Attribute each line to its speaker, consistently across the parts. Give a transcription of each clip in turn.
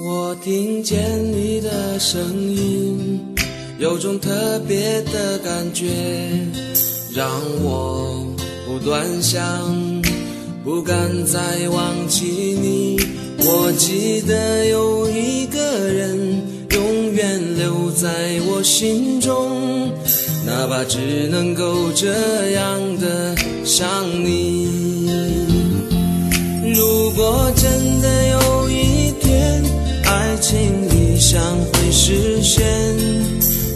Speaker 1: 我听见你的声音，有种特别的感觉，让我不断想，不敢再忘记你。我记得有一个人，永远留在我心中，哪怕只能够这样的想你。如果真的有一天，爱情理想会实现，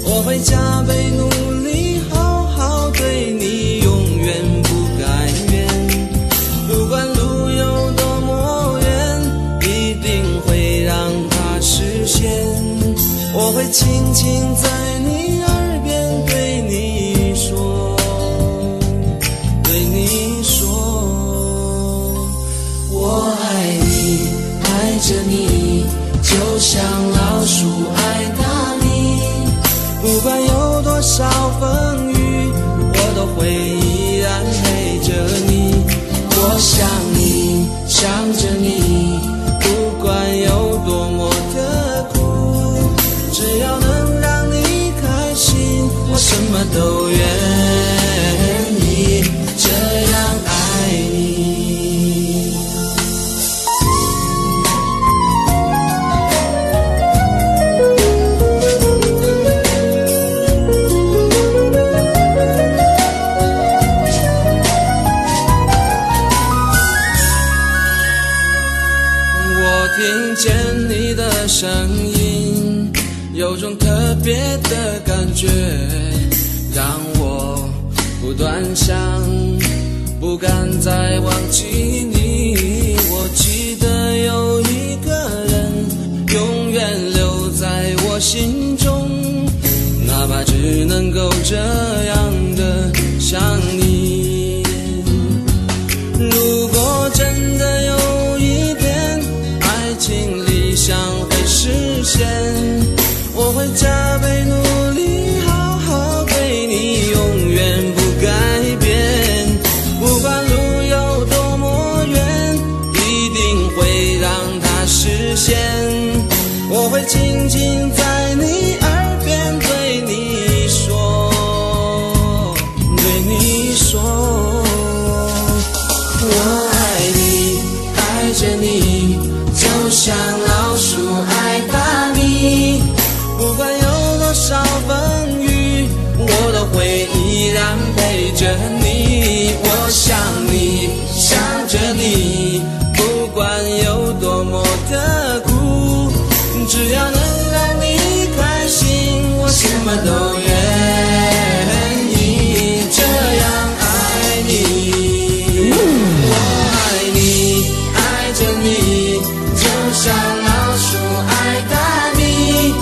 Speaker 1: 我会加倍努力，好好对你，永远不改变。不管路有多么远，一定会让它实现。我会轻轻在你耳边对你说，对你说。我爱你，爱着你，就像老鼠爱大米。不管有多少风雨，我都会依然陪着你。我想你，想着你，不管有多么的苦，只要能让你开心，我什么都愿意。这样爱你。我听见你的声音，有种特别的感觉，让我不断想，不敢再忘记你。我记得有一个人，永远留在我心中，哪怕只能够这样的想你。如果真的有一天，爱情理想会实现，我会加倍努力，好好对你，永远不改变。不管路有多么远，一定会让它实现。我会轻轻在你耳边对你说，对你说。我爱你，爱着你，就像老鼠爱大米。不管有多少风雨，我都会依然陪着你。我想你，想着你，不管有多么的苦，只要能让你开心，我什么都愿意。这样爱你。我爱你，爱着你，就像老鼠爱大米。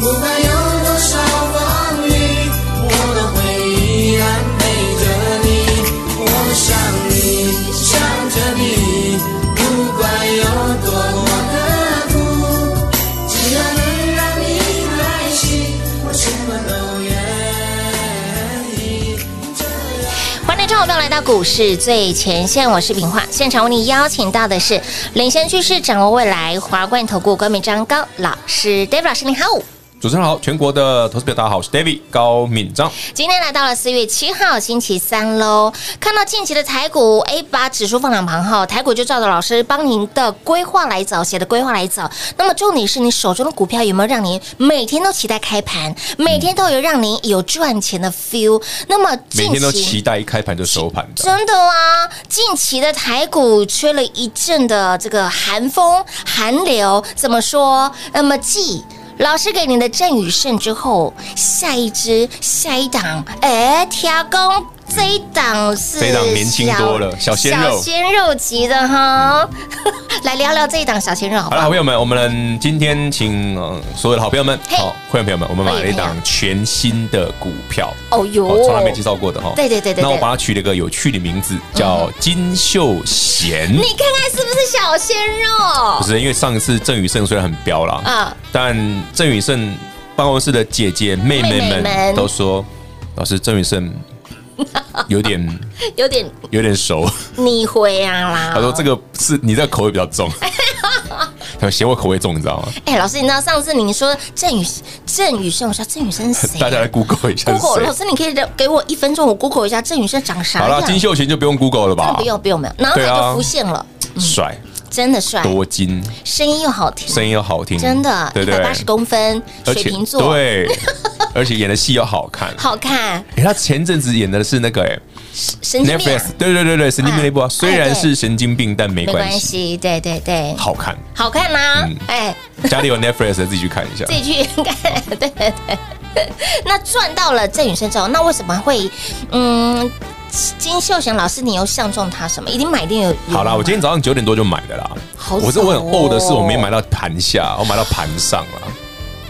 Speaker 1: 不管有多少风雨，我都会依然陪着你。我想你，想着你，不管有多么的苦，只要能让你开心，我什么都愿意。这样。
Speaker 2: 欢迎各位伙伴来到股市最前线，我是平化。现场为你邀请到的是领先趋势、掌握未来华冠投顾高敏章高老师，David 老师，你好。
Speaker 3: 主持人好，全国的投资表大家好，我是 David 高敏章。
Speaker 2: 今天来到了四月七号星期三喽，看到近期的台股 A 八指数放两旁后，台股就照着老师帮您的规划来走，写的规划来走。那么重点是你手中的股票有没有让您每天都期待开盘，每天都有让您有赚钱的 feel？那么近
Speaker 3: 每
Speaker 2: 期
Speaker 3: 天都期待一开盘就收盘的，
Speaker 2: 真的啊！近期的台股吹了一阵的这个寒风寒流，怎么说？那么继老师给你的正与胜之后，下一支下一档，哎，条工这一档是
Speaker 3: 这一档年轻多了小鲜肉
Speaker 2: 小鲜肉级的哈。来聊聊这一档小鲜肉好
Speaker 3: 好
Speaker 2: 不
Speaker 3: 了，
Speaker 2: 好？
Speaker 3: 好朋友们，我们今天请、呃、所有的好朋友们，
Speaker 2: 嘿
Speaker 3: 好、会员朋友们，我们买了一
Speaker 2: 会员
Speaker 3: 档全新的股票，
Speaker 2: 哦哟
Speaker 3: 哦，从来没介绍过的哈、
Speaker 2: 对对对对对嗯
Speaker 3: 那我把它取了个有趣的名字，叫金秀贤。
Speaker 2: 你看看是不是小鲜肉
Speaker 3: 不？是因为上一次郑宇胜虽然很彪啦，
Speaker 2: 啊
Speaker 3: 但郑宇胜办公室的姐姐妹妹
Speaker 2: 妹妹们
Speaker 3: 们都说，老师郑宇胜有点
Speaker 2: 有点
Speaker 3: 有点熟，
Speaker 2: 你回啊啦。
Speaker 3: 他说这个是你这个口味比 较重，他嫌我口味重，你知道吗？
Speaker 2: 哎、老师，你知道上次您说郑宇郑宇生，我说郑宇生是谁
Speaker 3: 大家来 Google 一下是
Speaker 2: ？Google
Speaker 3: 谁
Speaker 2: 老。师，你可以给我一分钟，我 Google 一下郑宇生长啥
Speaker 3: 好
Speaker 2: 样
Speaker 3: 了，。金秀贤就不用 Google 了吧
Speaker 2: 不？用不用不用，然后
Speaker 3: 对
Speaker 2: 他
Speaker 3: 啊
Speaker 2: 就浮现了，
Speaker 3: 帅
Speaker 2: 真的帅，
Speaker 3: 多金，
Speaker 2: 声音又好听，
Speaker 3: 声音又好听，
Speaker 2: 嗯哎真的，
Speaker 3: 对
Speaker 2: 一
Speaker 3: 不
Speaker 2: 百
Speaker 3: 对？
Speaker 2: 八十公分，
Speaker 3: 而
Speaker 2: 水
Speaker 3: 且
Speaker 2: 瓶座，
Speaker 3: 对，而且演的戏又好看。
Speaker 2: 好看，
Speaker 3: 哎，他前阵子演的是那个哎
Speaker 2: 神经病啊
Speaker 3: Netflix，对对对对，神经病那部啊，
Speaker 2: 哎
Speaker 3: 虽然是神经病，但没
Speaker 2: 没
Speaker 3: 关
Speaker 2: 关
Speaker 3: 系，
Speaker 2: 系，对对对，
Speaker 3: 好看。
Speaker 2: 好看吗
Speaker 3: 嗯？
Speaker 2: 哎，
Speaker 3: 家里有 Netflix 的自己去看一下
Speaker 2: 自。己去看，对对对。 那赚到了郑宇生之后，那为什么会嗯？金秀贤老师，你又相中他什么？一定买定有。有
Speaker 3: 好啦，我今天早上九点多就买的啦。
Speaker 2: 好哦
Speaker 3: 我是我很
Speaker 2: 早哦
Speaker 3: 呕的是，我没买到盘下，哦我买到盘上了，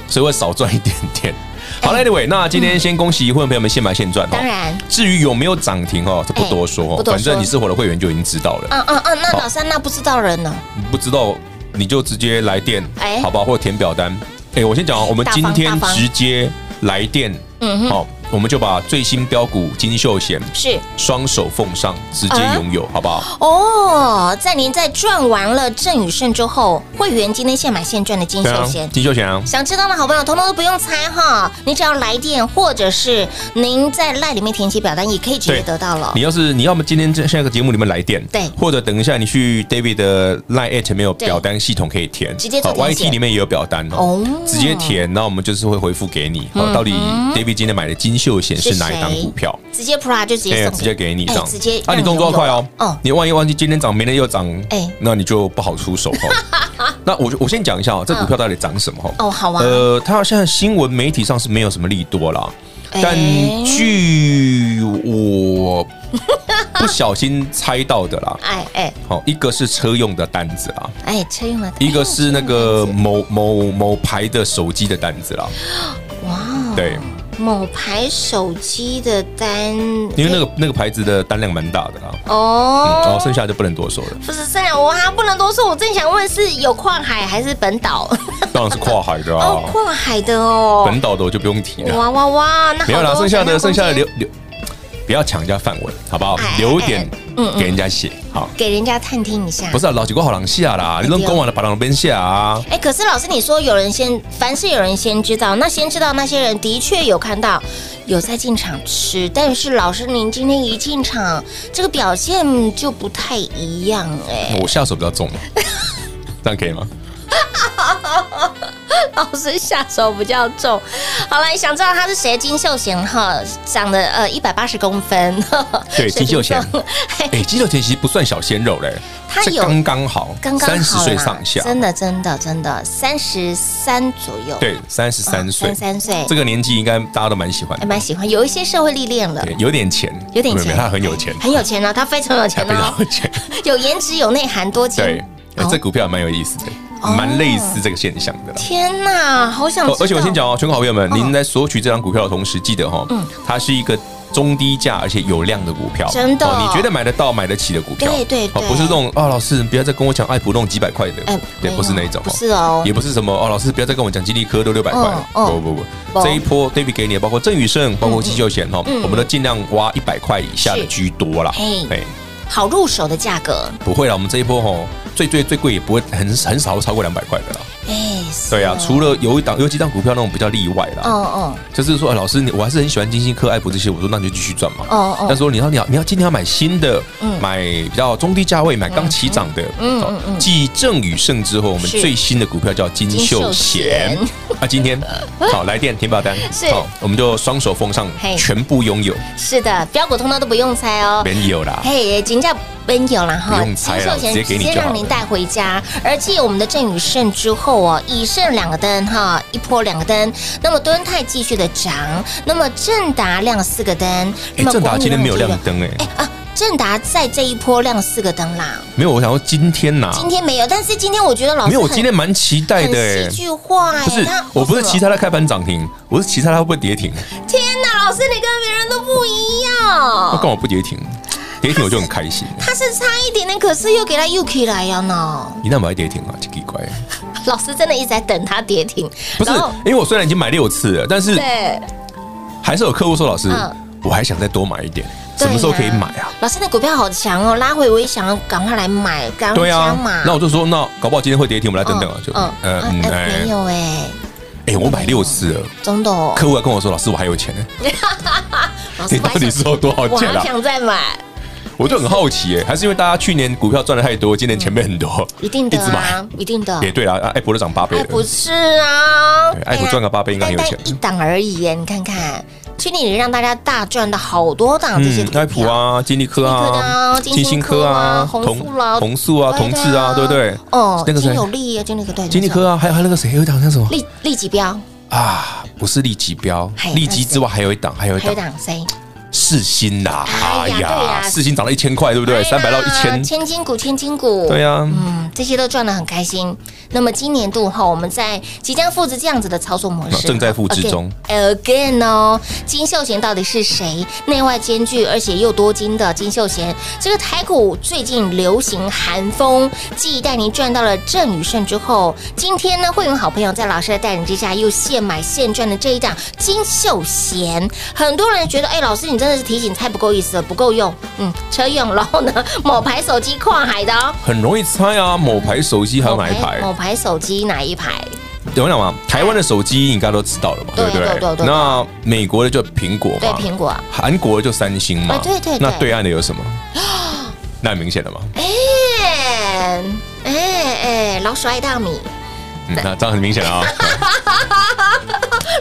Speaker 3: 所以会少赚一点点。 好了，Anyway，那今天先恭喜会员朋友们现买现赚哦。
Speaker 2: 当然
Speaker 3: 至于有没有涨停哦，这不多
Speaker 2: 哎
Speaker 3: 说
Speaker 2: 不
Speaker 3: 哦，
Speaker 2: 多说
Speaker 3: 反正你是我的会员就已经知道了。
Speaker 2: 嗯嗯嗯，那
Speaker 3: 好
Speaker 2: 老三那不知道人呢？
Speaker 3: 不知道你就直接来电
Speaker 2: 哎，
Speaker 3: 好不好？或者填表单。哎，我先讲哦，我们
Speaker 2: 大方
Speaker 3: 今
Speaker 2: 大
Speaker 3: 天
Speaker 2: 方
Speaker 3: 直接来电，嗯，好，我们就把最新标股金秀贤
Speaker 2: 是
Speaker 3: 双手奉上，直接
Speaker 2: 啊
Speaker 3: 拥有，好不好？
Speaker 2: 哦，在您在赚完了郑宇胜之后，会员今天现买现赚的金秀贤。
Speaker 3: 金秀贤啊，
Speaker 2: 想知道的好朋友，通通都不用猜哈，你只要来电，或者是您在赖里面填写表单，也可以直接
Speaker 3: 对啊
Speaker 2: 得到了
Speaker 3: 你。要是你要么今天这下个节目里面来电，
Speaker 2: 啊对
Speaker 3: 或者等一下你去 David 的 Line at 没有表单系统可以填，
Speaker 2: 直接做
Speaker 3: 好
Speaker 2: 填写
Speaker 3: YT 里面也有表单哦
Speaker 2: 哦，嗯
Speaker 3: 直接填，那我们就是会回复给你。好，到底 David 今天买的金秀险是哪一档股票？
Speaker 2: 直接 Pra 就直接
Speaker 3: 哎
Speaker 2: 送，
Speaker 3: 直接给你这
Speaker 2: 哎
Speaker 3: 样，
Speaker 2: 直接
Speaker 3: 啊，
Speaker 2: 让
Speaker 3: 你动作要
Speaker 2: 拥有
Speaker 3: 快哦，
Speaker 2: 哦，
Speaker 3: 你万一忘记今天涨，明天又涨，
Speaker 2: 哎
Speaker 3: 那你就不好出手 哦。那我就我先讲一下哦，这股票到底涨什么哦？
Speaker 2: 哦，好啊，
Speaker 3: 呃，它现在新闻媒体上是没有什么利多啦，
Speaker 2: 哎
Speaker 3: 但据我不小心猜到的啦，
Speaker 2: 哎哎
Speaker 3: 好，一个是车用的单子啦，
Speaker 2: 哎，车用了，
Speaker 3: 一个是那个
Speaker 2: 哎
Speaker 3: 某某某牌的手机的单子啦，
Speaker 2: 哇哦，
Speaker 3: 对，
Speaker 2: 某牌手机的单，
Speaker 3: 因为那个那个牌子的单量蛮大的啦，嗯
Speaker 2: 哦
Speaker 3: 哦，，剩下就不能多 说了，
Speaker 2: 不是，虽然我还不能多说，我正想问是有跨海还是本岛？
Speaker 3: 当然是跨海的啊
Speaker 2: 哦，，跨海的哦。
Speaker 3: 本岛的我就不用提了，
Speaker 2: 哇哇哇，那好
Speaker 3: 没有啦，
Speaker 2: 多
Speaker 3: 剩下
Speaker 2: 想
Speaker 3: 的
Speaker 2: 象空
Speaker 3: 剩下的
Speaker 2: 间
Speaker 3: 留留，不要抢人家饭碗，好不好
Speaker 2: 哎嗯哎？
Speaker 3: 留一
Speaker 2: 哎
Speaker 3: 点给人家写，好。
Speaker 2: 给人家探听一下。
Speaker 3: 不是、啊、老几个好狼下啦，你弄
Speaker 2: 哦
Speaker 3: 公完了把狼边下啊。
Speaker 2: 哎，可是老师，你说有人先，凡是有人先知道，那先知道那些人的确有看到，有在进场吃，但是老师您今天一进场，这个表现就不太一样哎、
Speaker 3: 我下手比较 重，这样可以吗？
Speaker 2: 老师下手比较重。好了，想知道他是谁？金秀贤哈，长得呃一百八十公分，
Speaker 3: 对金秀 贤
Speaker 2: 水瓶座，嘿
Speaker 3: 哎、肌肉田其实不算小鲜肉嘞，
Speaker 2: 他
Speaker 3: 是
Speaker 2: 有
Speaker 3: 刚刚好，
Speaker 2: 刚刚
Speaker 3: 三十
Speaker 2: 好啦
Speaker 3: 岁上下，
Speaker 2: 真的真的真的三十三左右，
Speaker 3: 对，三十
Speaker 2: 啊，
Speaker 3: 三岁
Speaker 2: 三，三岁，
Speaker 3: 这个年纪应该大家都蛮喜欢
Speaker 2: 还
Speaker 3: 的，
Speaker 2: 蛮喜欢，有一些社会历练了，
Speaker 3: 对，有点钱，
Speaker 2: 有点
Speaker 3: 没
Speaker 2: 钱，
Speaker 3: 他很有钱，
Speaker 2: 很有钱啊呢，他非常有钱
Speaker 3: 他非
Speaker 2: 哦
Speaker 3: 常，有钱，
Speaker 2: 有颜值，有内涵，多金。
Speaker 3: 对，哎
Speaker 2: 哦
Speaker 3: 这股票蛮有意思的，蛮类似这个现象的啦。
Speaker 2: 天哪，好想知
Speaker 3: 哦
Speaker 2: 道。嗯
Speaker 3: 而且我先讲哦，全国好朋友们，您在索取这张股票的同时，记得哈、哦，它是一个中低价而且有量的股票，
Speaker 2: 真的
Speaker 3: 哦你觉得买得到、买得起的股票，
Speaker 2: 对对对
Speaker 3: 哦，不是那种哦，老师你不要再跟我讲爱普那种几百块的，
Speaker 2: 哎没
Speaker 3: 对，
Speaker 2: 有
Speaker 3: 不是那一种，
Speaker 2: 不是哦
Speaker 3: 也不是什么哦，老师不要再跟我讲金利科都六百块了，
Speaker 2: 嗯嗯
Speaker 3: 不不
Speaker 2: 不嗯
Speaker 3: 不，这一波 David 给你的，包括郑宇胜，包括季秀贤哈，哦我们都尽量挖一百块以下的
Speaker 2: 是
Speaker 3: 居多啦
Speaker 2: 嘿，
Speaker 3: 对，
Speaker 2: 好入手的价格，
Speaker 3: 不会啦，我们这一波吼最最最贵也不会很很少会超过两百块的啦，
Speaker 2: 哎，是
Speaker 3: 对啊
Speaker 2: 哦，
Speaker 3: 除了有一档有几档股票那种比较例外啦，
Speaker 2: 哦
Speaker 3: 就是说，哎老师，你我还是很喜欢金星科、爱普这些，我说那你就继续赚嘛。
Speaker 2: 哦哦
Speaker 3: 他说你要你要你要今天要买新的，买比较中低价位，买刚起涨的。
Speaker 2: 嗯嗯嗯
Speaker 3: 继正宇胜之后，我们
Speaker 2: 是
Speaker 3: 最新的股票叫金秀
Speaker 2: 金
Speaker 3: 贤
Speaker 2: 秀。
Speaker 3: 啊，今天好来电填表单，
Speaker 2: 是
Speaker 3: 好，我们就双手奉上
Speaker 2: 嘿，
Speaker 3: 全部拥有，
Speaker 2: 哦，是的，标股通通都不用猜哦。
Speaker 3: 没有啦。
Speaker 2: 嘿，金价温有了哈，
Speaker 3: 不用猜了
Speaker 2: 金秀贤
Speaker 3: 直接给你
Speaker 2: 直接
Speaker 3: 就好
Speaker 2: 让
Speaker 3: 了
Speaker 2: 您带回家。而继我们的郑宇胜之后哦，以胜盛两个灯哈，一波两个灯。那么敦泰继续的涨，那么正达亮四个灯，那么
Speaker 3: 哎正达
Speaker 2: 国民
Speaker 3: 今天没有亮
Speaker 2: 亮
Speaker 3: 灯哎、
Speaker 2: 哎啊，正达在这一波亮四个灯啦，
Speaker 3: 没有，我想说今天呐、
Speaker 2: 今天没有，但是今天我觉得老师
Speaker 3: 没有，我
Speaker 2: 很
Speaker 3: 今天蛮期待的哎、
Speaker 2: 很戏剧化哎、
Speaker 3: 不是
Speaker 2: 他，
Speaker 3: 我不是
Speaker 2: 为什么哦
Speaker 3: 期待它开盘涨停，我是期待它会不会跌停。
Speaker 2: 天哪，老师你跟别人都不一
Speaker 3: 那
Speaker 2: 样，
Speaker 3: 干嘛不跌停？跌停我就很开心。
Speaker 2: 他是差一点点，可是又给他又起来呀呢。
Speaker 3: 你那买跌停啊，奇怪。
Speaker 2: 老师真的一直在等他跌停，
Speaker 3: 不是
Speaker 2: 然后，
Speaker 3: 因为我虽然已经买六次了，但是
Speaker 2: 对，
Speaker 3: 还是有客户说老师
Speaker 2: 嗯，
Speaker 3: 我还想再多买一点，
Speaker 2: 对
Speaker 3: 什么时候可以
Speaker 2: 呀
Speaker 3: 买啊？
Speaker 2: 老师那股票好强哦，拉回我也想要赶快来买，赶快
Speaker 3: 对啊
Speaker 2: 加码。，
Speaker 3: 那我就说，那搞不好今天会跌停，我们来等等啊。就
Speaker 2: 嗯
Speaker 3: 呃
Speaker 2: 嗯
Speaker 3: 嗯
Speaker 2: 哎没有哎，
Speaker 3: 哎，我买六次了，
Speaker 2: 真的哦，
Speaker 3: 客户还跟我说，老师我还有钱呢，
Speaker 2: 老师
Speaker 3: 你到底是有多少
Speaker 2: 我还
Speaker 3: 钱
Speaker 2: 想我
Speaker 3: 啊
Speaker 2: 好？想再买，
Speaker 3: 我就很好奇哎，还是因为大家去年股票赚的太多，今年钱变很多，
Speaker 2: 一定的
Speaker 3: 一直买
Speaker 2: 啊，一定的。
Speaker 3: 也对啦，啊艾博都涨八倍
Speaker 2: 哎，不
Speaker 3: 了，
Speaker 2: 是啊
Speaker 3: 对，爱普赚个八倍应该很有钱
Speaker 2: 单单一档而已耶，你看看，去年也让大家大赚的好多档这些
Speaker 3: 嗯
Speaker 2: 股，票
Speaker 3: 艾普，啊，金利科
Speaker 2: 金利科的
Speaker 3: 啊，
Speaker 2: 啊金星科啊红
Speaker 3: 同
Speaker 2: 素啦
Speaker 3: 红素啊，
Speaker 2: 对
Speaker 3: 同
Speaker 2: 的啊
Speaker 3: 志啊，对不对？
Speaker 2: 哦，
Speaker 3: 那个谁
Speaker 2: 金有利啊，金利科对，
Speaker 3: 金利科啊，还有还有那个谁，还有一档叫什么
Speaker 2: 没错，利利几标，
Speaker 3: 啊？不是利基标
Speaker 2: 嘿，
Speaker 3: 利基之外还有一档，还有一
Speaker 2: 还有
Speaker 3: 档
Speaker 2: 档谁？
Speaker 3: 世新呐，
Speaker 2: 哎
Speaker 3: 哎
Speaker 2: 呀对呀
Speaker 3: 呀，世新涨了一千块，对不对？三百到一千，
Speaker 2: 哎千金股，千金股，
Speaker 3: 对呀，
Speaker 2: 嗯，这些都赚得很开心。那么今年度哈，我们在即将复制这样子的操作模式，
Speaker 3: 正在复制中
Speaker 2: Again, again 哦，金秀贤到底是谁？内外兼具，而且又多金的金秀贤，这个台股最近流行韩风，继带您赚到了郑宇胜之后，今天呢，会员好朋友在老师的带领之下，又现买现赚的这一档金秀贤，很多人觉得，哎，老师你真的是提醒太不够意思了，不够用，嗯，车用，然后呢， 某牌手机跨海的哦。
Speaker 3: 很容易猜啊，某牌手机还有哪一排？
Speaker 2: 某牌手机哪一排？
Speaker 3: 有讲嘛，台湾的手机应该都知道了嘛，
Speaker 2: 对
Speaker 3: 对不
Speaker 2: 对对
Speaker 3: 对
Speaker 2: 对？
Speaker 3: 那美国的就苹果
Speaker 2: 对，
Speaker 3: 嘛，
Speaker 2: 苹果。
Speaker 3: 韩国就三星嘛
Speaker 2: 啊，对对对
Speaker 3: 那对岸的有什么？ 那很明显的嘛，
Speaker 2: 哎哎哎，老鼠爱大米。
Speaker 3: 嗯，那这样很明显了啊。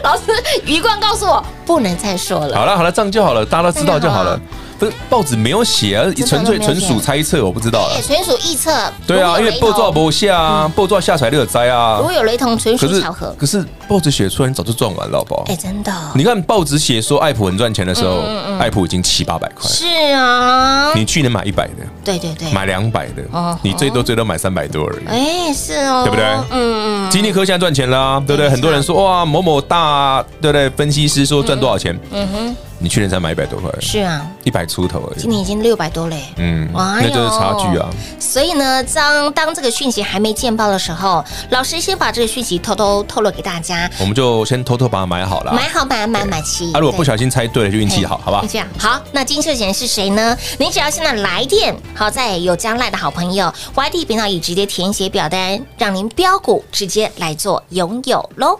Speaker 2: 老师，余冠告诉我不能再说了。
Speaker 3: 好了好了，这样就好了，大家都知道就好了。不是报纸没有写啊，
Speaker 2: 的
Speaker 3: 纯粹
Speaker 2: 都没有
Speaker 3: 纯
Speaker 2: 写
Speaker 3: 属猜测，我不知道了
Speaker 2: 哎，。纯属臆测。
Speaker 3: 对啊，
Speaker 2: 如
Speaker 3: 因
Speaker 2: 果有
Speaker 3: 为
Speaker 2: 雷
Speaker 3: 报纸
Speaker 2: 同
Speaker 3: 不下啊，报纸下出来就有摘啊
Speaker 2: 如。果有雷同，纯
Speaker 3: 可
Speaker 2: 属
Speaker 3: 是
Speaker 2: 巧合。
Speaker 3: 可是报纸写出来，你早就赚完了，好不好
Speaker 2: 哎，？真的。
Speaker 3: 你看报纸写说爱普很赚钱的时候，爱普已经七八百
Speaker 2: 嗯
Speaker 3: 块，
Speaker 2: 是啊。
Speaker 3: 你去年买一百的，
Speaker 2: 对对对。
Speaker 3: 买两百
Speaker 2: 哦
Speaker 3: 的，你最多最多买三百多而已。
Speaker 2: 哎，是哦。
Speaker 3: 对不对
Speaker 2: 嗯嗯。
Speaker 3: 金利科现在赚钱啦、对不
Speaker 2: 对
Speaker 3: 对？很多人说哇，某某大啊，对不对？分析师说赚多少钱？嗯哼，你去年才买一百多块，
Speaker 2: 是啊，
Speaker 3: 一百出头而
Speaker 2: 今
Speaker 3: 已。
Speaker 2: 年已经六百多嘞。
Speaker 3: 嗯，
Speaker 2: 哎
Speaker 3: 那
Speaker 2: 呦
Speaker 3: 就是差距啊。
Speaker 2: 所以呢，当当这个讯息还没见报的时候，老师先把这个讯息偷偷透露给大家，
Speaker 3: 我们就先偷偷把它买好了。
Speaker 2: 买好买买买齐。
Speaker 3: 啊，如果不
Speaker 2: 对
Speaker 3: 小心猜对了，就运气好，好吧
Speaker 2: 就？这样。好，那金秀贤是谁呢？你只要现在来电，好在有加赖的好朋友，YT 频道已直接填写表单，让您标股直接来做拥有喽。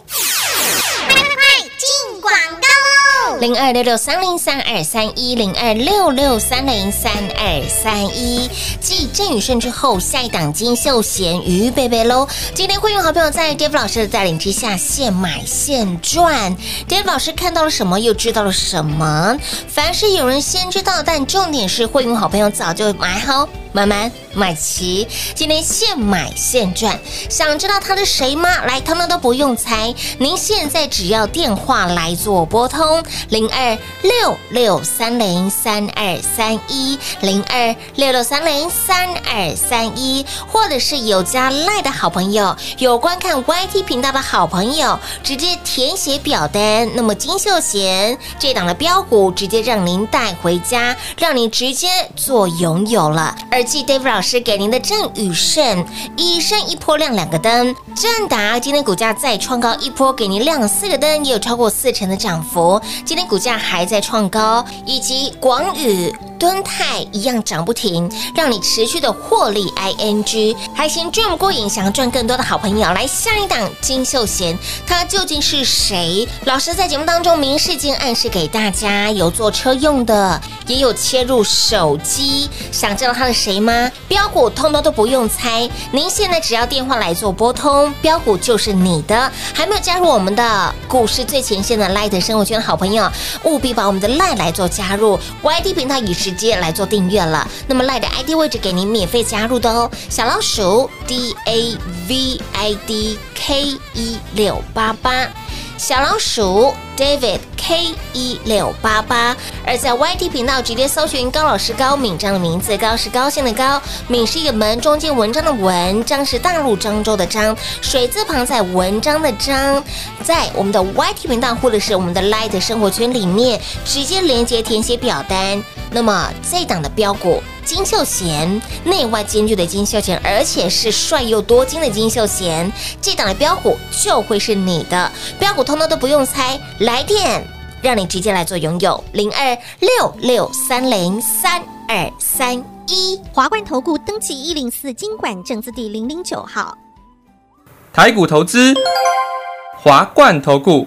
Speaker 2: 零二六六三零三二三一零二六六三零三二三一。继郑宇顺之后，下一档金秀贤于贝贝喽。今天会员好朋友在 Dave 老师的带领之下，现买现赚。Dave 老师看到了什么，又知道了什么。凡是有人先知道，但重点是会员好朋友早就买好。慢慢买齐，今天现买现赚。想知道他是谁吗？来，通通都不用猜，您现在只要电话来做拨通零二六六三零三二三一零二六六三零三二三一，或者是有加赖的好朋友，有观看 YT 频道的好朋友，直接填写表单。那么金秀贤这档的标股，直接让您带回家，让您直接做拥有了。而继 Dave 老师给您的郑宇胜一胜一波亮两个灯，正达今天股价再创高一波，给您亮四个灯，也有超过四成的涨幅。今天股价还在创高，以及广宇、敦泰一样涨不停，让你持续的获利 ing。还行赚不过瘾，想要赚更多的好朋友，来下一档金秀贤，他究竟是谁？老师在节目当中明示镜暗示给大家，有做车用的，也有切入手机。想知道他是谁吗？标股通通都不用猜，您现在只要电话来做拨通，标股就是你的。还没有加入我们的股市最前线的 Light 生活圈的好朋友，务必把我们的 Light 来做加入。YT 频道已直接。接来做订阅了。那么赖的 ID 位置给您免费加入的哦，小老鼠 D A V I D K 一六八八。小老鼠 David K 一六八八，而在 YT 频道直接搜寻高老师高敏章的名字，高是高兴的高，敏是一个门中间文章的文，章是大陆漳州的漳，水字旁在文章的章，在我们的 YT 频道或者是我们的 Light 生活圈里面直接连接填写表单，那么这档的标股。金秀贤，内外兼具的金秀贤，而且是帅又多金的金秀贤，这档的标股就会是你的标股，通通都不用猜，来电让你直接来做拥有零二六六三零三二三一。
Speaker 4: 华冠投顾登记一零四经管证字第零零九号。
Speaker 5: 台股投资，华冠投顾。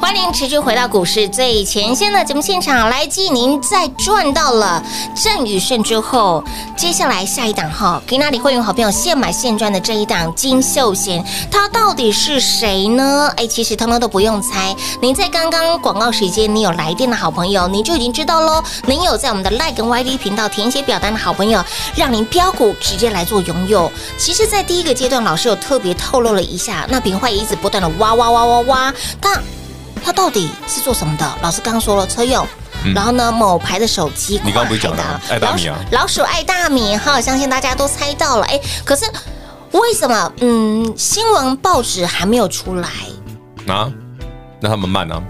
Speaker 2: 欢迎持续回到股市最前线的节目现场，来记您在赚到了郑宇胜之后，接下来下一档哈，给那里会员好朋友现买现赚的这一档金秀贤，他到底是谁呢？哎，其实通通都不用猜，您在刚刚广告时间，你有来电的好朋友，您就已经知道喽。您有在我们的 Like 跟 YD 频道填写表单的好朋友，让您标股直接来做拥有。其实，在第一个阶段，老师有特别透露了一下，那平坏也一直不断的挖挖挖挖挖，但它到底是做什么的？老师刚刚说了车用。然后呢，某牌的手机，
Speaker 3: 嗯你刚刚不是讲了吗
Speaker 2: 快
Speaker 3: 爱大米啊
Speaker 2: 老鼠老鼠爱大米哈，相信大家都猜到了。哎，可是为什么嗯，新闻报纸还没有出来？哎
Speaker 3: 啊，那他们慢啊，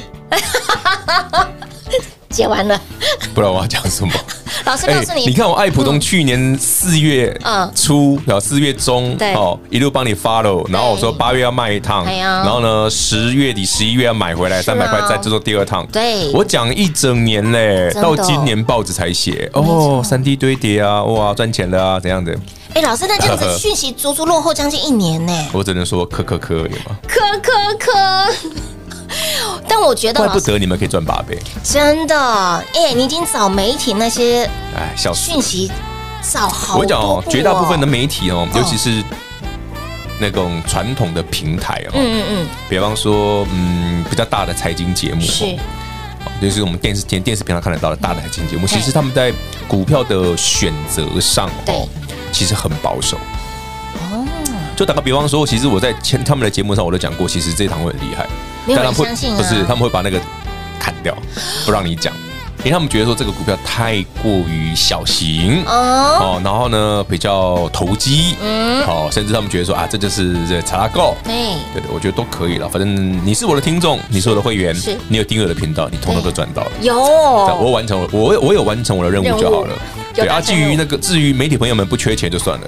Speaker 2: 接完了，
Speaker 3: 不然我要讲什么？哎
Speaker 2: 老师告诉你，
Speaker 3: 你看我爱普通去年四月
Speaker 2: 嗯
Speaker 3: 初，然后四月中，
Speaker 2: 对
Speaker 3: 哦，一路帮你 follow，然后我说八月要卖一趟，
Speaker 2: 哎呀
Speaker 3: 然后呢，十月底、十一月要买回来
Speaker 2: 是啊
Speaker 3: 三百块，再制作第二趟。
Speaker 2: 对
Speaker 3: 我讲一整年嘞，
Speaker 2: 真的
Speaker 3: 到今年报纸才写哦，三 D 堆叠啊，哇，赚钱了啊，怎样的？
Speaker 2: 哎，老师，那这样子讯息足足落后将近一年呢、
Speaker 3: 我只能说科科科有吗？
Speaker 2: 可可可。但我觉得
Speaker 3: 怪
Speaker 2: 老
Speaker 3: 不
Speaker 2: 师
Speaker 3: 得你们可以赚八倍，
Speaker 2: 真的，哎、你已经找媒体那些
Speaker 3: 哎，笑死！
Speaker 2: 讯息找好
Speaker 3: 我
Speaker 2: 多
Speaker 3: 讲
Speaker 2: 步
Speaker 3: 哦
Speaker 2: 哦，，嗯
Speaker 3: 绝大部分的媒体哦，尤其是那种传统的平台哦，
Speaker 2: 嗯嗯
Speaker 3: 比方说，嗯，比较大的财经节目、
Speaker 2: 嗯，
Speaker 3: 哦，
Speaker 2: 是
Speaker 3: 就是我们电视电电视频道看得到的大的财经节目，其实他们在股票的选择上
Speaker 2: 对哦
Speaker 3: 哦，其实很保守。就打个比方说，其实我在前他们的节目上我都讲过，其实这一堂会很厉害，
Speaker 2: 没有人
Speaker 3: 但他们会
Speaker 2: 相信啊
Speaker 3: 不是他们会把那个砍掉，不让你讲，因为他们觉得说这个股票太过于小型。
Speaker 2: 哦，
Speaker 3: 哦，然后呢，比较投机，嗯，哦，甚至他们觉得说啊，这就是这查拉购，
Speaker 2: 对，
Speaker 3: 对对，我觉得都可以了。反正你是我的听众，你是我的会员
Speaker 2: 是，
Speaker 3: 你有订阅我的频道，你通通都赚到了。
Speaker 2: 有
Speaker 3: 对我完成了，我有我有完成我的任务就好了
Speaker 2: 任务。有
Speaker 3: 对啊，
Speaker 2: 达成
Speaker 3: 至
Speaker 2: 任务
Speaker 3: 于那个至于媒体朋友们不缺钱就算了，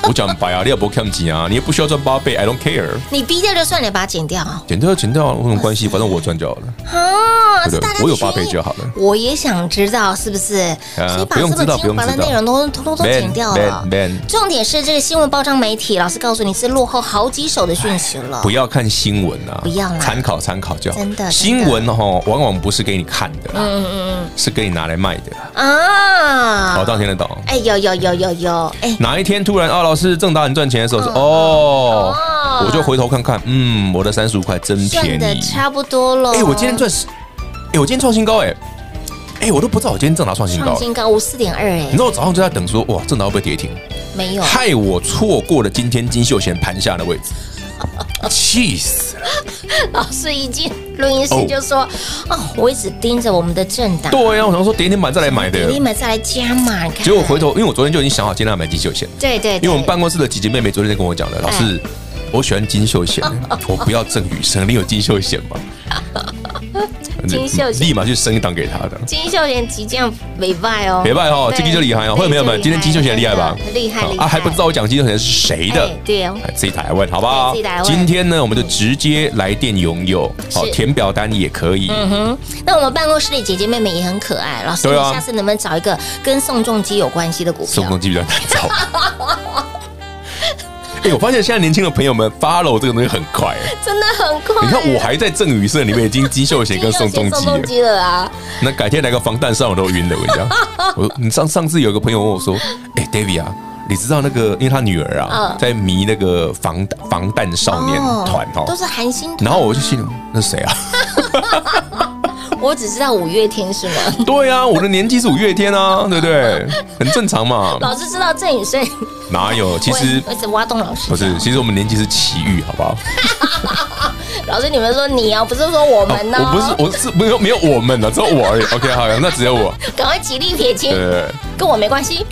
Speaker 3: 我讲白啊，你也不看钱啊，你也不需要赚八倍，I don't care，
Speaker 2: 你逼掉就算了，把它剪掉
Speaker 3: 剪掉剪掉啊有什么关 系？反正我赚就好了，
Speaker 2: 啊！
Speaker 3: 对
Speaker 2: 这
Speaker 3: 不
Speaker 2: 大家
Speaker 3: 对？我有
Speaker 2: 听
Speaker 3: 八倍就好了。
Speaker 2: 我也想知道是不是？
Speaker 3: 啊
Speaker 2: 所以把
Speaker 3: 不
Speaker 2: 这
Speaker 3: 用
Speaker 2: 么
Speaker 3: 知道不
Speaker 2: 精
Speaker 3: 用
Speaker 2: 华的
Speaker 3: 知道
Speaker 2: 内容都通通都剪掉啊哦了
Speaker 3: Man,。man,
Speaker 2: 重点是这个新闻报章媒体，老师告诉你是落后好几手的讯息了
Speaker 3: 不。要看新闻啊，
Speaker 2: 不要啦
Speaker 3: 参考参考就好。
Speaker 2: 真的真的嗯
Speaker 3: 新闻哦，往往不是给你看的啦，是给你拿来卖的啦。哦
Speaker 2: 啊！
Speaker 3: 好，当听得懂。
Speaker 2: 哎，有有有有有，哎，
Speaker 3: 哪一天突然啊，老师正打很赚钱的时候，说嗯哦，
Speaker 2: 哦
Speaker 3: 我就回头看看，嗯，我的三十五块真便
Speaker 2: 算的
Speaker 3: 宜。
Speaker 2: 差不多了。
Speaker 3: 哎，我今天赚十，哎，我今天创新高，哎，哎，我都不知道我今天正打创新高哎
Speaker 2: 创。新高五四点二，
Speaker 3: 你
Speaker 2: 哎
Speaker 3: 知，道我早上就在等说，哇，正达会不会跌停？
Speaker 2: 没有，
Speaker 3: 害我错过了今天金秀贤盘下的位置， 气死了！
Speaker 2: 老师一进录音室
Speaker 3: 哦
Speaker 2: 就说：“哦，我一直盯着我们的政党，
Speaker 3: 对啊呀、我想说跌停板再来买的
Speaker 2: 你，们再来加码。”你看
Speaker 3: 结果回头，因为我昨天就已经想好今天要买金秀贤，
Speaker 2: 对对，
Speaker 3: 因为我们
Speaker 2: 帮
Speaker 3: 办公室的姐姐妹妹昨天就跟我讲了，老师，
Speaker 2: 哎
Speaker 3: 我喜欢金 秀贤，我不要郑宇生，你有金秀贤吗？
Speaker 2: 金秀贤
Speaker 3: 立马去升一档给他的，
Speaker 2: 金秀贤即将尾拜哦，
Speaker 3: 别拜哦，
Speaker 2: 对
Speaker 3: 这个就厉害哦，会员朋友们，今天金秀贤厉害吧？
Speaker 2: 厉害厉害
Speaker 3: 啊，还不知道我讲金秀贤是谁的
Speaker 2: 哎，对哦，
Speaker 3: 哎自己打来问好不好
Speaker 2: 对自己打来？问
Speaker 3: 今天呢，我们就直接来电拥有，好
Speaker 2: 是嗯
Speaker 3: 填表单也可以，
Speaker 2: 那我们办公室里姐姐妹妹也很可爱，老师，
Speaker 3: 对啊
Speaker 2: 你下次能不能找一个跟宋仲基有关系的股
Speaker 3: 宋
Speaker 2: 票
Speaker 3: 仲？基比较难 找。哎，我发现现在年轻的朋友们 follow 这个东西很快，哎
Speaker 2: 真的很快。
Speaker 3: 你看我还在郑宇社里面已经金秀贤跟宋仲
Speaker 2: 金秀贤
Speaker 3: 基
Speaker 2: 宋仲
Speaker 3: 了。
Speaker 2: 基了啊！
Speaker 3: 那改天来个防弹少，我都晕了。我跟你讲， 我你上上次有一个朋友问我说：“哎、d a v i d 啊，你知道那个，因为他女儿啊，
Speaker 2: 嗯
Speaker 3: 在迷那个防防弹少年团哦。
Speaker 2: 都是韩星团，
Speaker 3: 然后我就心里，那谁啊？
Speaker 2: 我只知道五月天是吗？
Speaker 3: 对啊，我的年纪是五月天啊，对不 对？很正常嘛。
Speaker 2: 老师知道郑宇顺，
Speaker 3: 哪有？其
Speaker 2: 我也
Speaker 3: 实
Speaker 2: 我一直挖洞老师
Speaker 3: 不是，其实我们年纪是奇遇，好不好？
Speaker 2: 老师，你们说你啊，不是说我
Speaker 3: 哦
Speaker 2: 们呢？
Speaker 3: 我不是，我是没有没有我们啊了，只有我而已。OK，好，那只有我。
Speaker 2: 赶快极力撇清
Speaker 3: 对，对对。
Speaker 2: 跟我没关 系。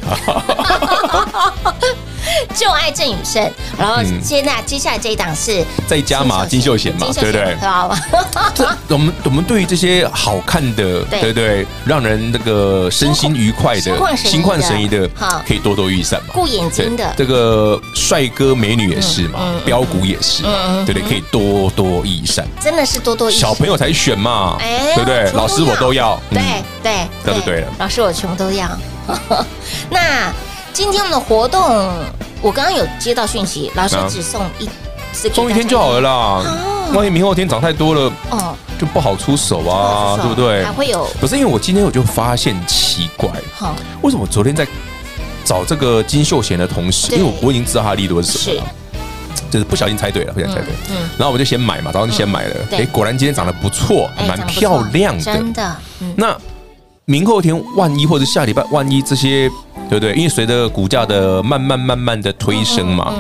Speaker 2: 就爱郑宇胜，然后
Speaker 3: 嗯
Speaker 2: 接下接下来这一档是
Speaker 3: 再加码金秀贤嘛
Speaker 2: 金秀
Speaker 3: 对不对
Speaker 2: 好吧，
Speaker 3: 这我们我们对于这些好看的，
Speaker 2: 啊对
Speaker 3: 对不对，让人那个身心愉快
Speaker 2: 心
Speaker 3: 的
Speaker 2: 旷、
Speaker 3: 心旷神怡的
Speaker 2: 好，
Speaker 3: 可以多多益善嘛。
Speaker 2: 顾眼睛的嗯
Speaker 3: 对这个帅哥美女也是嘛，标股也是嘛，对不对？可以多多益善，
Speaker 2: 真的是嗯多多益善
Speaker 3: 小朋友才选嘛，
Speaker 2: 哎
Speaker 3: 对不对
Speaker 2: 全？部
Speaker 3: 老师我都要，
Speaker 2: 对
Speaker 3: 嗯
Speaker 2: 对，
Speaker 3: 这就对了
Speaker 2: 老师，我全部都要。 那今天我们的活动，我刚刚有接到讯息，老师
Speaker 3: 啊
Speaker 2: 只送一，只给
Speaker 3: 送一
Speaker 2: 大家
Speaker 3: 天就好了啦。万一明后天涨太多了，
Speaker 2: 哦，
Speaker 3: 就不好出手啊，
Speaker 2: 不好出手
Speaker 3: 对不对
Speaker 2: 还？会有
Speaker 3: 可是因为我今天我就发现奇怪，
Speaker 2: 好
Speaker 3: 为什么昨天在找这个金秀贤的同时，
Speaker 2: 对
Speaker 3: 因为我我已经知道他的力度是什么了，就是不小心猜对了，不小心猜对。
Speaker 2: 嗯嗯嗯
Speaker 3: 然后我就先买嘛，早上就先买了。
Speaker 2: 对
Speaker 3: 哎，果然今天涨得不错，
Speaker 2: 哎
Speaker 3: 蛮
Speaker 2: 长得不错
Speaker 3: 漂亮的
Speaker 2: 真。的，嗯，
Speaker 3: 那明后天万一或者下礼拜万一这些，对不对？因为随着股价的慢慢慢慢的推升
Speaker 2: 嗯
Speaker 3: 嘛，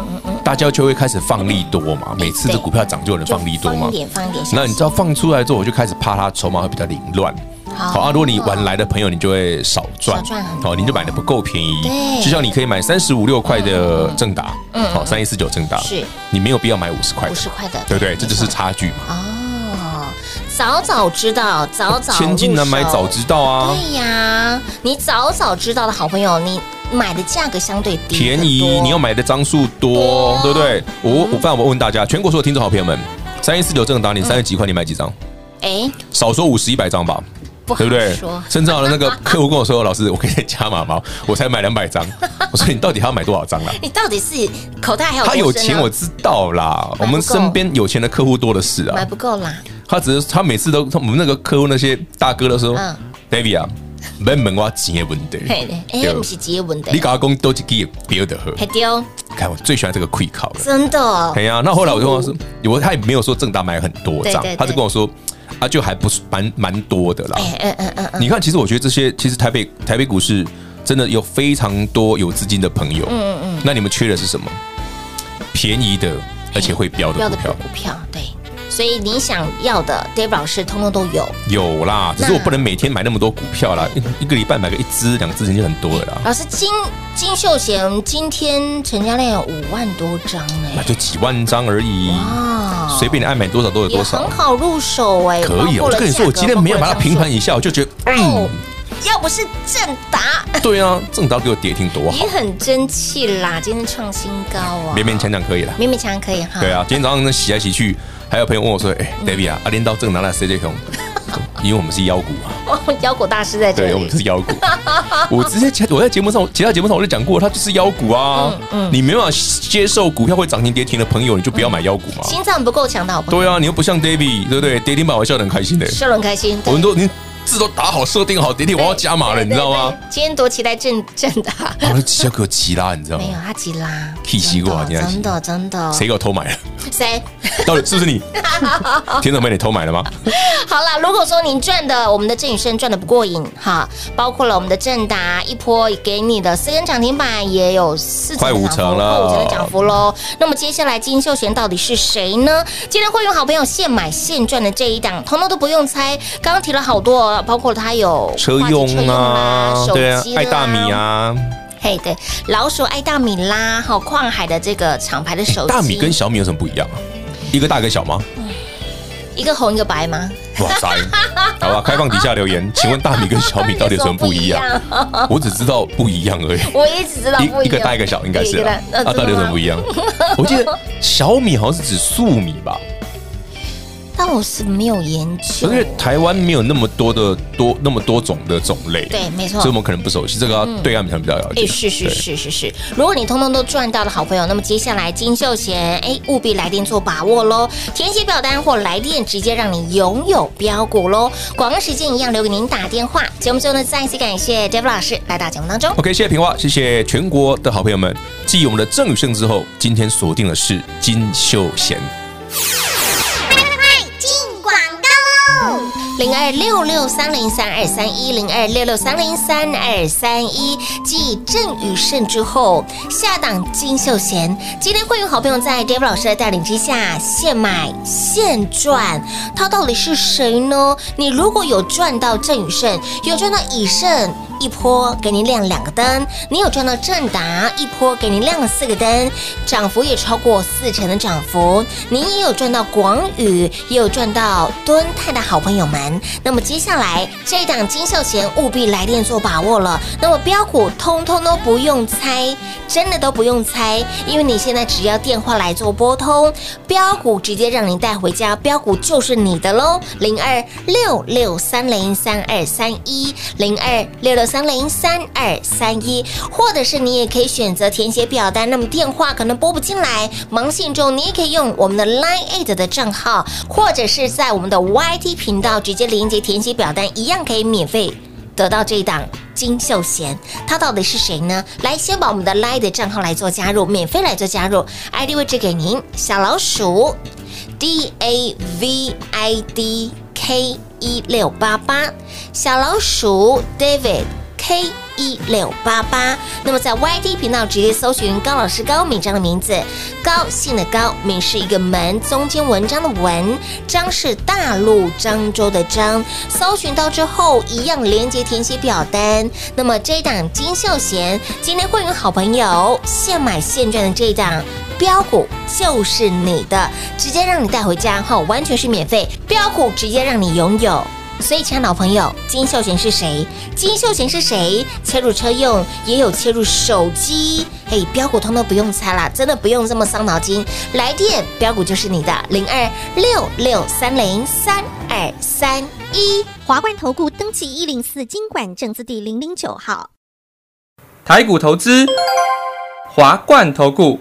Speaker 3: 大家就会开始放利多嘛。每次
Speaker 2: 对
Speaker 3: 这股票涨就有人
Speaker 2: 就
Speaker 3: 放利多嘛
Speaker 2: 放一。点，放一点。
Speaker 3: 那你知道放出来之后，我就开始怕它筹码会比较凌乱。好啊，如果你晚来的朋友，你就会少赚
Speaker 2: 少赚很，多
Speaker 3: 好，你就买的不够便宜。
Speaker 2: 对嗯
Speaker 3: 就像你可以买三十五六块的正达，好，三一四九正达，
Speaker 2: 是
Speaker 3: 你没有必要买五十块
Speaker 2: 五
Speaker 3: 的，
Speaker 2: 十块的，
Speaker 3: 对不对？这就是
Speaker 2: 没错
Speaker 3: 差距嘛。
Speaker 2: 哦，早早知道，早早
Speaker 3: 千金难买
Speaker 2: 入手
Speaker 3: 早知道啊，
Speaker 2: 对呀，你早早知道的好朋友，你买的价格相对嗯低，
Speaker 3: 便宜，你要。买的张数多，对不对？我我反正我问大家，全国所有听众好朋友们，三一四九正达，你三十几块，你买几张？
Speaker 2: 哎，
Speaker 3: 少说五十一百张吧。
Speaker 2: 不好
Speaker 3: 对不对
Speaker 2: 说？
Speaker 3: 甚至好了，那个 客户跟我说：“老师，我可以再加码吗？我才买两百张。” 我说：“你到底还要买多少张啦？”啊
Speaker 2: 你到底是口袋还有多
Speaker 3: 他有
Speaker 2: 深啊
Speaker 3: 钱我知道啦，我们身边有钱的客户多的是
Speaker 2: 买
Speaker 3: 啊。
Speaker 2: 不够啦，
Speaker 3: 他只是他每次都，他我们那个客户那些大哥都说
Speaker 2: 嗯
Speaker 3: ，David 啊，别问我钱的问题
Speaker 2: 嘿，，哎，
Speaker 3: 对
Speaker 2: 不是接吻的
Speaker 3: 你，搞工都去给别的喝。
Speaker 2: 还丢，
Speaker 3: 看我最喜欢这个 quick call 了。
Speaker 2: 真的哦
Speaker 3: 哎，呀，那后来我就跟他说，我他也没有说正大买很多
Speaker 2: 嗯对
Speaker 3: 张
Speaker 2: 对对，
Speaker 3: 他就跟我说，啊，就还不是蛮蛮多的啦。
Speaker 2: 哎，嗯嗯嗯嗯，
Speaker 3: 你看，其实我觉得这些，其实台北台北股市真的有非常多有资金的朋友。嗯嗯。那你们缺的是什么？便宜的，而且会飙
Speaker 2: 不要
Speaker 3: 的
Speaker 2: 的
Speaker 3: 股票
Speaker 2: 股票，对，所以你想要的，Dave 老师通通都有。
Speaker 3: 有啦，只是我不能每天买那么多股票啦，一一个礼拜买个一只、两只已经很多了啦，
Speaker 2: 老师金金秀贤今天成交量有五万多张
Speaker 3: 那
Speaker 2: 哎，
Speaker 3: 就几万张而已，
Speaker 2: 啊
Speaker 3: 随便你爱买多少都有
Speaker 2: 也
Speaker 3: 多
Speaker 2: 很
Speaker 3: 少，
Speaker 2: 好入手哎，
Speaker 3: 可以。哦
Speaker 2: 包
Speaker 3: 我
Speaker 2: 括了
Speaker 3: 就跟你
Speaker 2: 价格
Speaker 3: 说，我今天没有把它平
Speaker 2: 包括了张
Speaker 3: 盘以下，我就觉得
Speaker 2: 数哦
Speaker 3: 嗯，
Speaker 2: 要不是正 达，
Speaker 3: 对啊，正达给我跌停多好
Speaker 2: 也，很争气啦，今天创新高啊，
Speaker 3: 勉勉强强可以了。
Speaker 2: 勉勉强强可以哈。
Speaker 3: 对啊，今天早上呢洗来洗去，还有朋友问我说：“哎、
Speaker 2: 嗯
Speaker 3: d a v i d 啊，阿连到正拿了 CJ 熊，因为我们是妖股啊，
Speaker 2: 哦， 腰果大师在这
Speaker 3: 对，我们
Speaker 2: 里，
Speaker 3: 是妖股。我之前我在节目上，其他节目上我就讲过，它就是妖股啊。
Speaker 2: 嗯
Speaker 3: 你没办法接受股票会涨停跌停的朋友，你就不要买妖股嘛。
Speaker 2: 心脏不够强的好朋友，
Speaker 3: 啊对啊，你又不像 David，对不
Speaker 2: 嗯
Speaker 3: 对？跌停板我笑得很开心的，
Speaker 2: 笑得很开心。对
Speaker 3: 我们都已经字都打好，设定好跌停，我要加码了，你知道？
Speaker 2: 对
Speaker 3: 吗
Speaker 2: 对？对今天多期待正正达，
Speaker 3: 然后急要给我急拉，你知道
Speaker 2: 没有
Speaker 3: 吗？
Speaker 2: 阿吉拉，
Speaker 3: 哦气死我啊
Speaker 2: 真的
Speaker 3: 今
Speaker 2: 真
Speaker 3: 天
Speaker 2: 的真的，
Speaker 3: 谁给我偷买了？
Speaker 2: 谁？
Speaker 3: 到底是不 是你？田总被你偷买了吗？
Speaker 2: 好啦，如果说您赚的我们的郑宇胜赚的不过瘾哈，包括了我们的正达一波给你的四根涨停板也有四成的
Speaker 3: 快五
Speaker 2: 涨幅
Speaker 3: 成了
Speaker 2: 快五成的涨幅喽。那么接下来金秀贤到底是谁呢？今天会用好朋友现买现赚的这一档，通通都不用猜。刚刚提了好多，包括它有
Speaker 3: 车
Speaker 2: 话题
Speaker 3: 用
Speaker 2: 啦
Speaker 3: 啊，
Speaker 2: 手
Speaker 3: 对啊
Speaker 2: 机，啦
Speaker 3: 爱大米，啊，
Speaker 2: 嘿对，老鼠爱大米啦，还有矿海的这个厂牌的手机，
Speaker 3: 大米跟小米有什么不一样啊？一个大一个小吗？
Speaker 2: 一个红一个白吗？
Speaker 3: 哇塞！好吧，开放底下 留言，请问大米跟小米到底有什么不一样？我只知道不一样而已。
Speaker 2: 我一直知道不一样
Speaker 3: 一一个大一个小应该是
Speaker 2: 一个
Speaker 3: 啦
Speaker 2: 大
Speaker 3: 啊，
Speaker 2: 呃真的吗
Speaker 3: 到底有什么不一样？ 我记得小米好像是指粟米吧，
Speaker 2: 但我是没有研究，
Speaker 3: 因为台湾没有那么多的多那么多种的种类，
Speaker 2: 对没错
Speaker 3: 所以我们可能不熟悉这个要，对岸可能比较了
Speaker 2: 哎，
Speaker 3: 解。
Speaker 2: 是是
Speaker 3: 对，
Speaker 2: 是是是，如果你通通都赚到的好朋友，那么接下来金秀贤，哎，务必来电做把握喽！填写表单或来电，直接让你拥有标股喽！广告时间一样留给您打电话。节目最后呢，再一次感谢 Dave 老师来到节目当中。
Speaker 3: OK，谢谢平花，谢谢全国的好朋友们。继我们的郑宇胜之后，今天锁定的是金秀贤。
Speaker 6: 进广告喽！
Speaker 2: 零二六六三零三二三一零二六六三零三二三一。继郑宇胜之后，下档金秀贤，今天会有好朋友在 Dave 老师的带领之下，现买现赚。他到底是谁呢？你如果有赚到郑宇胜，有赚到以盛。一波给您亮两个灯，你有赚到正达一波给您亮了四个灯，涨幅也超过四成的涨幅，您也有赚到广宇，也有赚到敦泰的好朋友们。那么接下来这一档金秀贤务必来电做把握了。那么标股通通都不用猜，真的都不用猜，因为你现在只要电话来做拨通，标股直接让您带回家，标股就是你的喽。零二六六三零三二三一零二六六三零三二三一，或者是你也可以选择填写表单，那么电话可能拨不进来，忙线中你也可以用我们的 Line Eight 的账号，或者是在我们的 YT 频道直接连接填写表单，一样可以免费。得到这一档金秀贤，他到底是谁呢？来，先把我们的 Line 的账号来做加入，免费来做加入，ID 位置给您，小老鼠 D A V I D K 一六八八，小老鼠 David K 一六八八。那么在 YT 频道直接搜寻高老师高敏章的名字，高兴的高，敏是一个门，中间文章的文，章是大陆漳州的漳。搜寻到之后，一样连接填写表单。那么这一档金秀贤，今天会员好朋友现买现赚的这一档。标股就是你的，直接让你带回家哈，完全是免费。标股直接让你拥有。所以，亲爱的老朋友，金秀贤是谁？金秀贤是谁？切入车用，也有切入手机。嘿，标股通通不用猜啦，真的不用这么伤脑筋。来电，标股就是你的零二六六三零三二三一。
Speaker 4: 华冠投顾登记一零四经管证字第零零九号。
Speaker 5: 台股投资，华冠投顾。